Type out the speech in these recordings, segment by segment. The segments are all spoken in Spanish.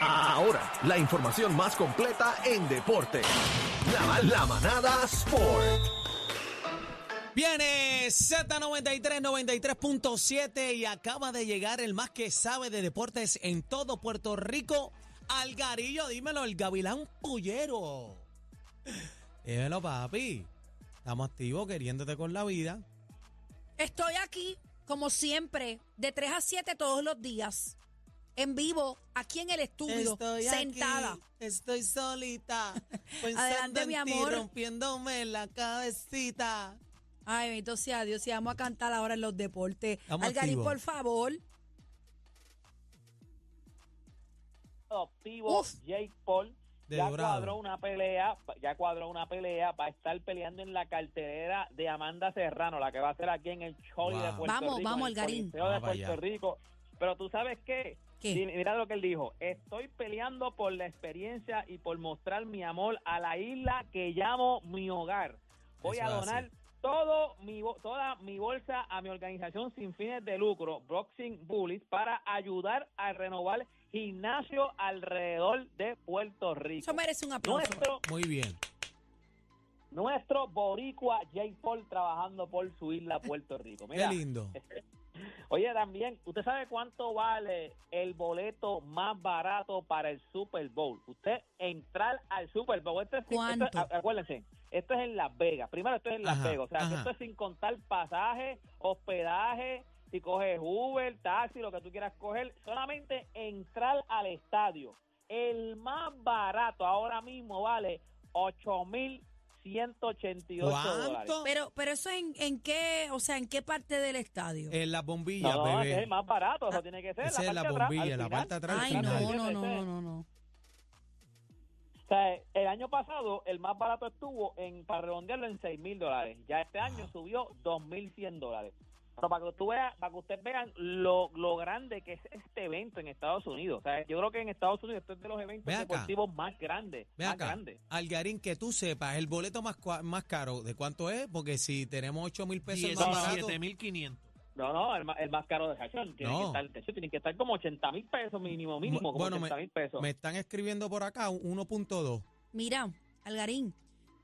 Ahora, la información más completa en deporte. La, la manada Sport. Viene Z93, 93.7 y acaba de llegar el más que sabe de deportes en todo Puerto Rico, Algarillo, dímelo, el Gavilán Pullero. Dímelo, papi. Estamos activos queriéndote con la vida. Estoy aquí, como siempre, de 3 a 7 todos los días, en vivo, aquí en el estudio, sentada. aquí, estoy solita, pensando Adelante, en mi ti, amor. rompiéndome la cabecita. Ay, bendito sea Dios, si vamos a cantar ahora en los deportes. Estamos Algarín, activos. por favor. adoptivo Uf. Jake Paul De ya Dorado. cuadró una pelea, ya cuadró una pelea, va a estar peleando en la cartelera de Amanda Serrano, la que va a ser aquí en el Choli Wow. de Puerto Vamos, Rico, vamos, en el Algarín. Coliseo Vamos de para allá. Puerto Rico. Pero tú sabes qué, ¿Qué? Sí, mira lo que él dijo, estoy peleando por la experiencia y por mostrar mi amor a la isla que llamo mi hogar. Voy Eso a es así. donar todo mi bo- toda mi bolsa a mi organización sin fines de lucro, Boxing Bullies, para ayudar a renovar gimnasio alrededor de Puerto Rico. Eso merece un aplauso. Nuestro, Muy bien. nuestro boricua J. Paul trabajando por su isla Puerto Rico. Mira, Qué lindo. oye, también, ¿usted sabe cuánto vale el boleto más barato para el Super Bowl? Usted entrar al Super Bowl. Esto es, esto es- ¿Cuánto? a- acuérdense, esto es en Las Vegas. Primero, esto es en Las Ajá, Vegas. O sea, que ajá. esto es sin contar pasaje, hospedaje, si coges Uber, taxi, lo que tú quieras coger. Solamente entrar al estadio. El más barato ahora mismo vale 8.188 dólares. ¿Cuánto? Pero, pero eso en, en qué, o sea, en qué parte del estadio. En las bombillas, no, no, ese es bebé. el más barato, eso tiene que ser. Ah, Esa es la parte de atrás, bombilla, al la final. parte de atrás, Ay, al no, final. no, no, no, no, no. O sea, el año pasado el más barato estuvo en para redondearlo en 6 mil dólares. Ya este año Wow. subió 2.100 dólares. Pero para que tú veas, para que ustedes vean lo, lo grande que es este evento en Estados Unidos. O sea, yo creo que en Estados Unidos este es de los eventos Ve acá. deportivos más grandes, Ve más acá, grandes. Algarín, que tú sepas, el boleto más, cua- más caro, ¿de cuánto es? Porque si tenemos 8 mil pesos el más barato, 17.500. No, no, el, ma- el más caro de Hachón tiene No. que estar, de hecho, tiene que estar como 80 mil pesos mínimo, mínimo, como bueno, me- 80 mil pesos. me están escribiendo por acá un 1.2. Mira, Algarín,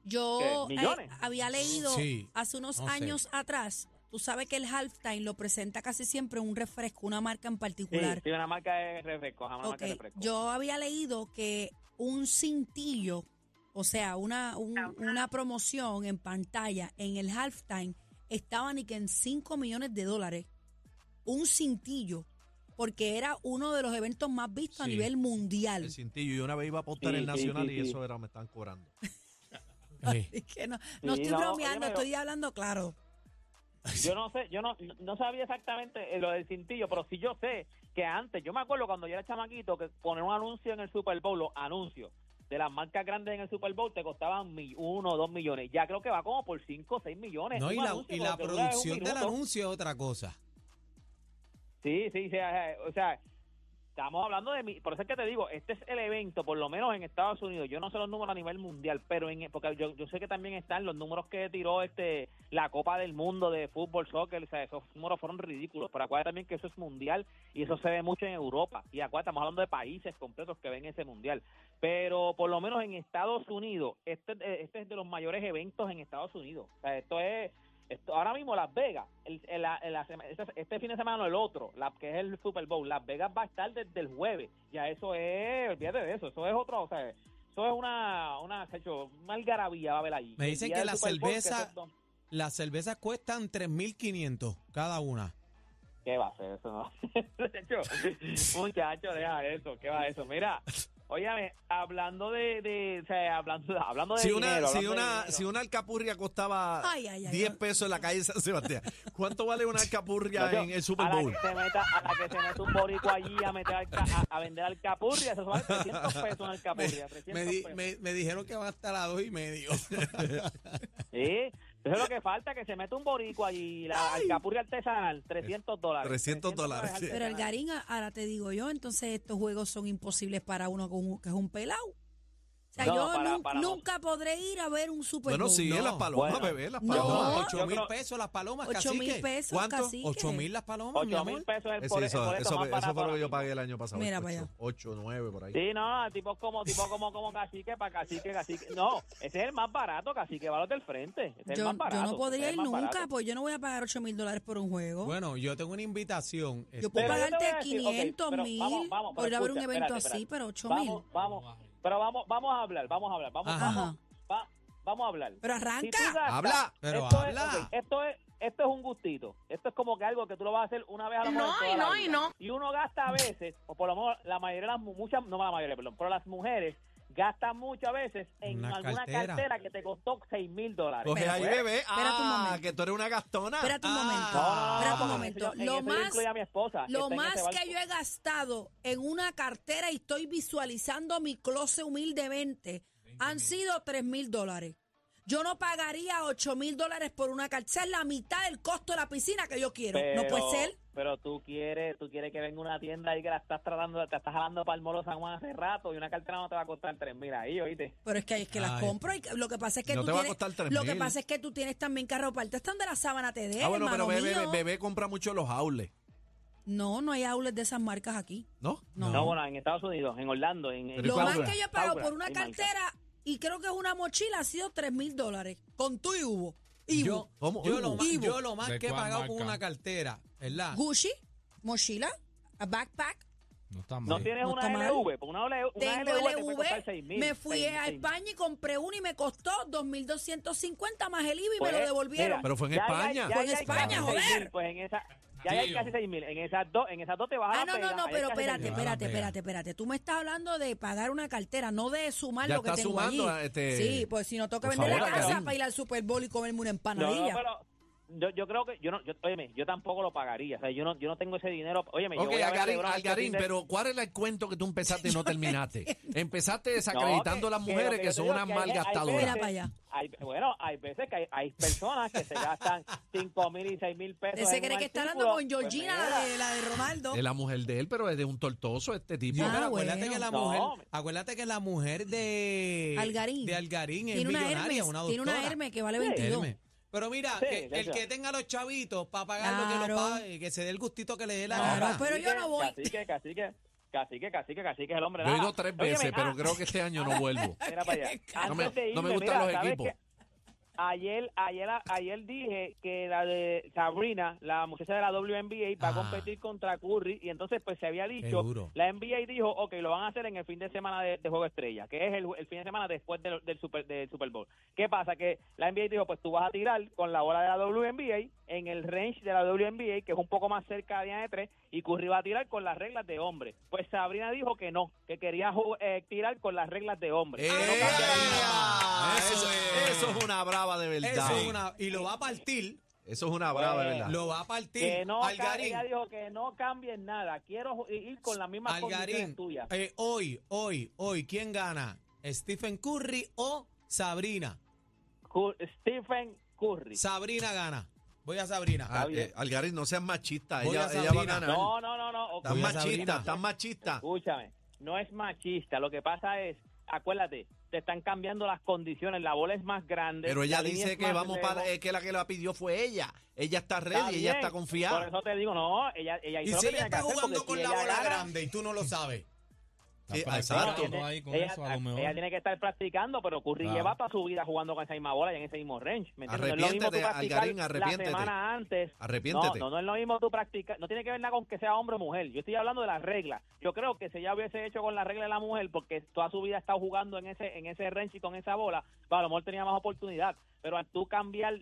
yo ¿Qué? ¿Millones? eh, había leído Sí, hace unos no sé. años atrás, tú sabes que el halftime lo presenta casi siempre un refresco, una marca en Sí, particular. sí, una marca de refresco, ajá, una marca de Ok, refresco. Yo había leído que un cintillo, o sea, una, un- una promoción en pantalla en el halftime estaba ni que en 5 millones de dólares. Un cintillo, porque era uno de los eventos más vistos a Sí. nivel mundial. El cintillo. Yo una vez iba a apostar Sí, el sí, Nacional sí, y sí. eso era, me están cobrando. Ay, Es que no, no Sí, estoy no, bromeando, óyeme, yo- estoy hablando claro. Yo no sé, yo no, no sabía exactamente eh, lo del cintillo, pero sí yo sé que antes, yo me acuerdo cuando yo era chamaquito, que poner un anuncio en el Super Bowl, los anuncios de las marcas grandes en el Super Bowl te costaban mil, uno o dos millones. Ya creo que va como por cinco o seis millones. no, y Un la, anuncio y con la lo que dura es un producción del minuto. anuncio es otra cosa. Sí, sí, sí, ajá, o sea, estamos hablando de mi, por eso es que te digo, este es el evento, por lo menos en Estados Unidos, yo no sé los números a nivel mundial, pero en, porque yo, yo sé que también están los números que tiró este la Copa del Mundo de fútbol, soccer, o sea, esos números fueron ridículos, pero acuérdate también que eso es mundial y eso se ve mucho en Europa, y acuérdate, estamos hablando de países completos que ven ese mundial, pero por lo menos en Estados Unidos, este, este es de los mayores eventos en Estados Unidos, o sea, esto es esto- ahora mismo Las Vegas, el- el- la- la sema- esta- este fin de semana no, el otro, la, que es el Super Bowl, Las Vegas va a estar desde el jueves. Ya eso es, olvídate de eso, eso es otro, o sea, eso es una, una, hecho, una algarabía va a haber ahí. Me El dicen día que del la Super Bowl, que cerveza- eso es don- Las cervezas cuestan 3.500 cada una. ¿Qué va a hacer eso? No? De hecho, muchacho, deja eso. ¿Qué va eso? Mira, óyame, hablando de, de o sea, hablando, hablando de Si una, dinero, si, hablando de una, dinero. si una alcapurria costaba Ay, ay, ay, 10 no. pesos en la calle San Sebastián, ¿cuánto vale una alcapurria Nacho, en el Super a la Bowl? que se meta, a la que se meta un borico allí a, meter al ca- a, a vender alcapurria, eso vale 300 pesos una alcapurria, 300 Me, di- pesos. me- me dijeron que va hasta las dos y medio. Sí, eso es lo que falta, que se meta un borico allí, la alcapurria artesanal, 300 dólares. 300 dólares, sí. Pero el garín, ahora te digo yo, entonces estos juegos son imposibles para uno con un- que es un pelado. O sea, No, yo para- nun- para- nunca podré ir a ver un Super Bueno, Bowl. sí, No. las palomas, Bueno. bebé, las No. palomas. Ocho Yo mil creo- pesos las palomas, Ocho cacique. mil pesos, ¿Cuánto? cacique. Ocho mil las palomas, mi 8 amor. mil pesos el Ese- por, eso, eso, más fue- eso fue barato lo que yo ahora pagué el año pasado. Mira para 8, allá. 9 por ahí. mismo. Sí, no, no, tipo como, tipo como, como cacique para cacique, cacique. No, ese es el más barato, cacique, va a los del frente. Ese es el Yo, más barato. yo no ese podría es el ir más nunca, barato. pues yo no voy a pagar 8 mil dólares por un juego. Bueno, yo tengo una invitación. yo este, puedo Pero yo te voy a pagarte decir, ok, 500 pero mil vamos, vamos, por pero ir a ver un escucha, evento espérate, así, espérate. pero 8 mil. Vamos, vamos. Pero vamos, vamos a hablar, vamos a hablar, vamos, Ajá. vamos, va- vamos a hablar. Pero Si arranca. tú gastas- Habla. Pero esto habla. Es, ok, esto es esto es un gustito. Esto es como que algo que tú lo vas a hacer una vez a la No, mejor en toda y la no, vida. y no. Y uno gasta a veces, o por lo menos la mayoría de las mu- muchas, no la mayoría, perdón, pero las mujeres gastan muchas veces en Una alguna cartera. cartera. que te costó 6 mil dólares. Pues, Coge ahí, bebé. espérate un Ah, momento. que tú eres una gastona. Espérate un Ah. momento. No, Espérate un no, momento. en Lo eso yo más, incluí a mi esposa, que lo está en más ese que barco. yo he gastado en una cartera y estoy visualizando mi closet humildemente han sido 3 mil dólares. Yo no pagaría 8 mil dólares por una cartera. Es la mitad del costo de la piscina que yo quiero. no puede ser. Pero tú quieres, tú quieres que venga una tienda ahí que la estás tratando, te estás jalando para el molo San Juan hace rato y una cartera no te va a costar 3 mil ahí, oíste. Pero es que es que las Ay. compro y lo que pasa es que No tú te va a tienes, costar 3.000. lo que pasa es que tú tienes también carro parte están de la sábana te dé, Ah, bueno, pero Eh, hermano bebé, mío. bebé, bebé compra mucho los aules, No, no hay outlets de esas marcas aquí. ¿no? No. No, bueno, en Estados Unidos, en Orlando, en, en- Pero ¿y Lo cuál más dura? que yo he pagado Paura, por una hay marca. cartera y creo que es una mochila ha sido 3 mil dólares. Con tú y hubo. Y yo, ¿Cómo? yo lo Ibu. más, Ibu. yo lo más ¿De que he cuál pagado con marca? una cartera, Ah. ¿verdad? Gucci, mochila, a backpack. No está mal. No tienes No una está mal. LV, porque una LV, una Tengo LV te puede costar LV, 6.000, me fui 6.000, a 6.000. España y compré una y me costó 2.250 más el IVA y Pues, me lo devolvieron. mira, Pero fue en ya hay- España. ya Fue en hay España, casi joder. 6.000, Pues en esa, ya hay Tío. casi 6.000. En esas dos, en esas dos te vas Ah, a no, no, no, pero pega. espérate, espérate, Ah, pega. espérate, espérate. Tú me estás hablando de pagar una cartera, no de sumar Ya lo que está tengo sumando, allí. este, sí, pues si no tengo que por vender la favor, casa Karim. para ir al Super Bowl y comerme una No, empanadilla. no, pero yo, yo creo que yo no, yo, óyeme, yo tampoco lo pagaría, o sea, yo no, yo no tengo ese dinero, óyeme, yo Ok, voy a ver Algarín, LeBron este Algarín, fin de- pero ¿cuál era el cuento que tú empezaste y no terminaste? Empezaste desacreditando No, a las que- mujeres lo que, yo te son digo unas es que hay- hay malgastadoras. Mira para allá. hay- bueno, hay veces que hay, hay personas que se gastan 5 mil y 6 mil pesos. Se en cree un que está hablando artículo, con pues Georgina, mira. la, de, la de Ronaldo. Es la mujer de él, pero es de un tortoso este tipo. Yo, Ah, pero acuérdate bueno. que la No. mujer, acuérdate que la mujer de Algarín. de Algarín es tiene una millonaria, Hermes, una tiene doctora. una Hermes que vale 22. Hermes. Pero mira, Sí, que- ya el sea. que tenga los chavitos para pagar lo que Claro. lo pague, que se dé el gustito que le dé la Claro, gana. pues, pero yo no voy. Así que, casi que, casi que, casi que, casi que es el hombre. Yo he nada. ido tres Óyeme, veces, pero ah, creo que este año no vuelvo. Mira para allá. No me, Antes de no me irme, gustan mira, los ¿sabes equipos. qué? Ayer, ayer, ayer dije que la de Sabrina, la muchacha de la WNBA, va Ah. a competir contra Curry y entonces pues se había Qué duro. dicho, la NBA dijo, ok, lo van a hacer en el fin de semana de, de Juego Estrella, que es el, el fin de semana después del, del super, del Super Bowl. ¿Qué pasa? Que la NBA dijo, pues tú vas a tirar con la bola de la WNBA en el range de la WNBA, que es un poco más cerca de la de tres, y Curry va a tirar con las reglas de hombre. Pues Sabrina dijo que no, que quería ju- eh, tirar con las reglas de hombre. ¡Ea! No cambiaron nada. Eh, Eso, Eso es. eso es Eh, una brava de verdad. Eso es una- y lo va a partir, Eso es una brava de verdad. lo va a partir. Que no, ca- Algarín, ella dijo que no cambien nada. Quiero ju- ir con las mismas Algarín, condiciones tuyas. eh, hoy, hoy, hoy, ¿quién gana? ¿Stephen Curry o Sabrina? Cu- Stephen Curry. Sabrina gana. Voy a Sabrina. Ah, bien. eh, Algarín, no seas machista. Voy Ella, a ella va a Sabrina. ganar. No, no, no, no. ok. Tan Voy a machista, Sabrina. tan machista. Escúchame, no es machista. Lo que pasa es, acuérdate, te están cambiando las condiciones. La bola es más grande. Pero ella la línea dice es que más vamos para, lejos. eh, que la que la pidió fue ella. Ella está ready, Está ella bien. está Por confiada. eso te digo, no, ella, ella y hizo lo si que ella tenía que está hacer, porque jugando si con la ella bola gana, grande y tú no lo sabes. Está Sí, parecido exacto. todo ahí con ella- eso, a lo mejor. ella tiene que estar practicando, pero Curry Claro. lleva para su vida jugando con esa misma bola y en ese mismo range. ¿me entiendes? No es lo mismo tú Arrepiéntete, practicar Algarín, arrepiéntete. La semana antes. Arrepiéntete. No, no, no es lo mismo tú practicar. No tiene que ver nada con que sea hombre o mujer. Yo estoy hablando de las reglas. Yo creo que si ella hubiese hecho con la regla de la mujer, porque toda su vida ha estado jugando en ese, en ese range y con esa bola, pues a lo mejor tenía más oportunidad. Pero al tú cambiar,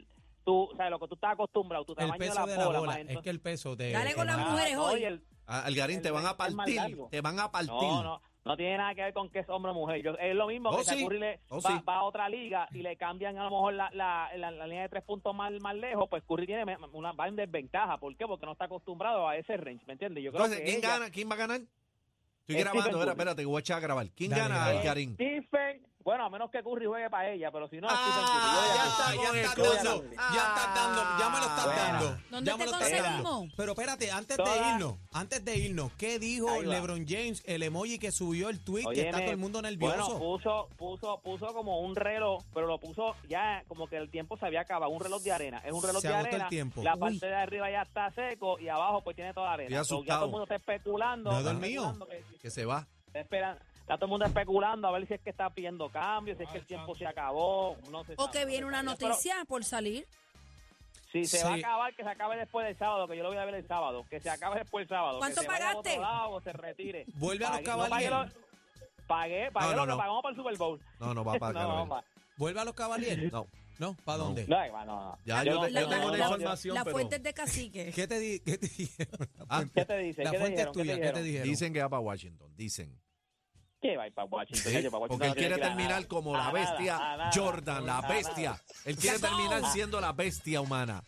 tú, o sea, lo que tú estás acostumbrado, tu El tamaño peso de la bola, bola. más Es que el peso de. Dale con las Ah, mujeres no, hoy. y el- Ah, Algarín, te El van a range es más partir, largo. te van a partir. no, no, no tiene nada que ver con que es hombre o mujer. Yo- es lo mismo Oh, que si a sí. Curry le Oh, va, sí. va a otra liga y le cambian a lo mejor la, la, la- la línea de tres puntos más, más lejos, pues Curry tiene me- una, va en desventaja. ¿Por qué? Porque no está acostumbrado a ese range, ¿me entiendes? Yo creo Entonces, que ¿quién ella- gana? ¿Quién va a ganar? Estoy Es grabando, Stephen espera, Curry. espérate, que voy a echar a grabar. ¿Quién Dale, gana, graba. Algarín? Stephen Bueno, a menos que Curry juegue para ella, pero si no, Ah, ya estoy tranquilo. está, Yo voy ya a- está dando, ya está dando, ya me lo estás Bueno. dando. ¿Dónde ya me te lo estás dando. conseguimos? Pero espérate, antes de Todas. irnos, antes de irnos, ¿qué dijo Ahí va. LeBron James, el emoji que subió el tweet, que está Óyeme, todo el mundo nervioso? Bueno, puso, puso, puso como un reloj, pero lo puso ya como que el tiempo se había acabado, un reloj de arena. Es un reloj Se de agotó el arena. tiempo. La Uy. parte de arriba ya está seco y abajo pues tiene toda arena. Estoy So, ya todo asustado. el mundo está especulando. No he está dormido. especulando que- Que se va. está esperan- Está todo el mundo especulando a ver si es que está pidiendo cambios, si es que el tiempo se acabó. No se O sabe, no que se viene una sabe. Pero noticia por salir. Si se va a Sí. acabar, que se acabe después del sábado, que yo lo voy a ver el sábado. Que se acabe después del sábado. que ¿Cuánto se vaya a pagaste? otro lado o se retire. Vuelve a los Pagué- no pagué Cavaliers. lo- Pagué, pagué No, no, lo que no. pagamos para el Super Bowl. No, no va para no, Carolina. vamos Vuelve a los Cavaliers. No. No, ¿para No. dónde? pa- no, no, no. Ya, Yo yo, no- te- yo no, tengo no, la no, información, La pero fuente es de cacique. ¿Qué te, di- qué te dijeron? Ah, ¿Qué te dice? La ¿Qué te fuente es dijeron? tuya, ¿qué te dijeron? dijeron? dicen que va para Washington, dicen. ¿Qué va a ir para Washington? Sí, Oye, para Washington porque él no tiene quiere que ir a terminar nada. como A la nada, a bestia nada. Jordan, la A nada. bestia. Él quiere Eso. terminar siendo la bestia humana.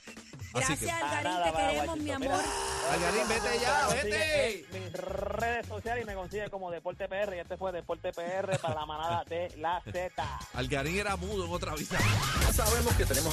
Así que, Gracias, Algarín, Nada, te va, queremos, mi Washington. amor. Algarín, vete ya, vete. En mis redes sociales y me consigue como Deporte PR. Y este fue Deporte PR para la manada de la Z. Algarín era mudo en otra vida. Sabemos que tenemos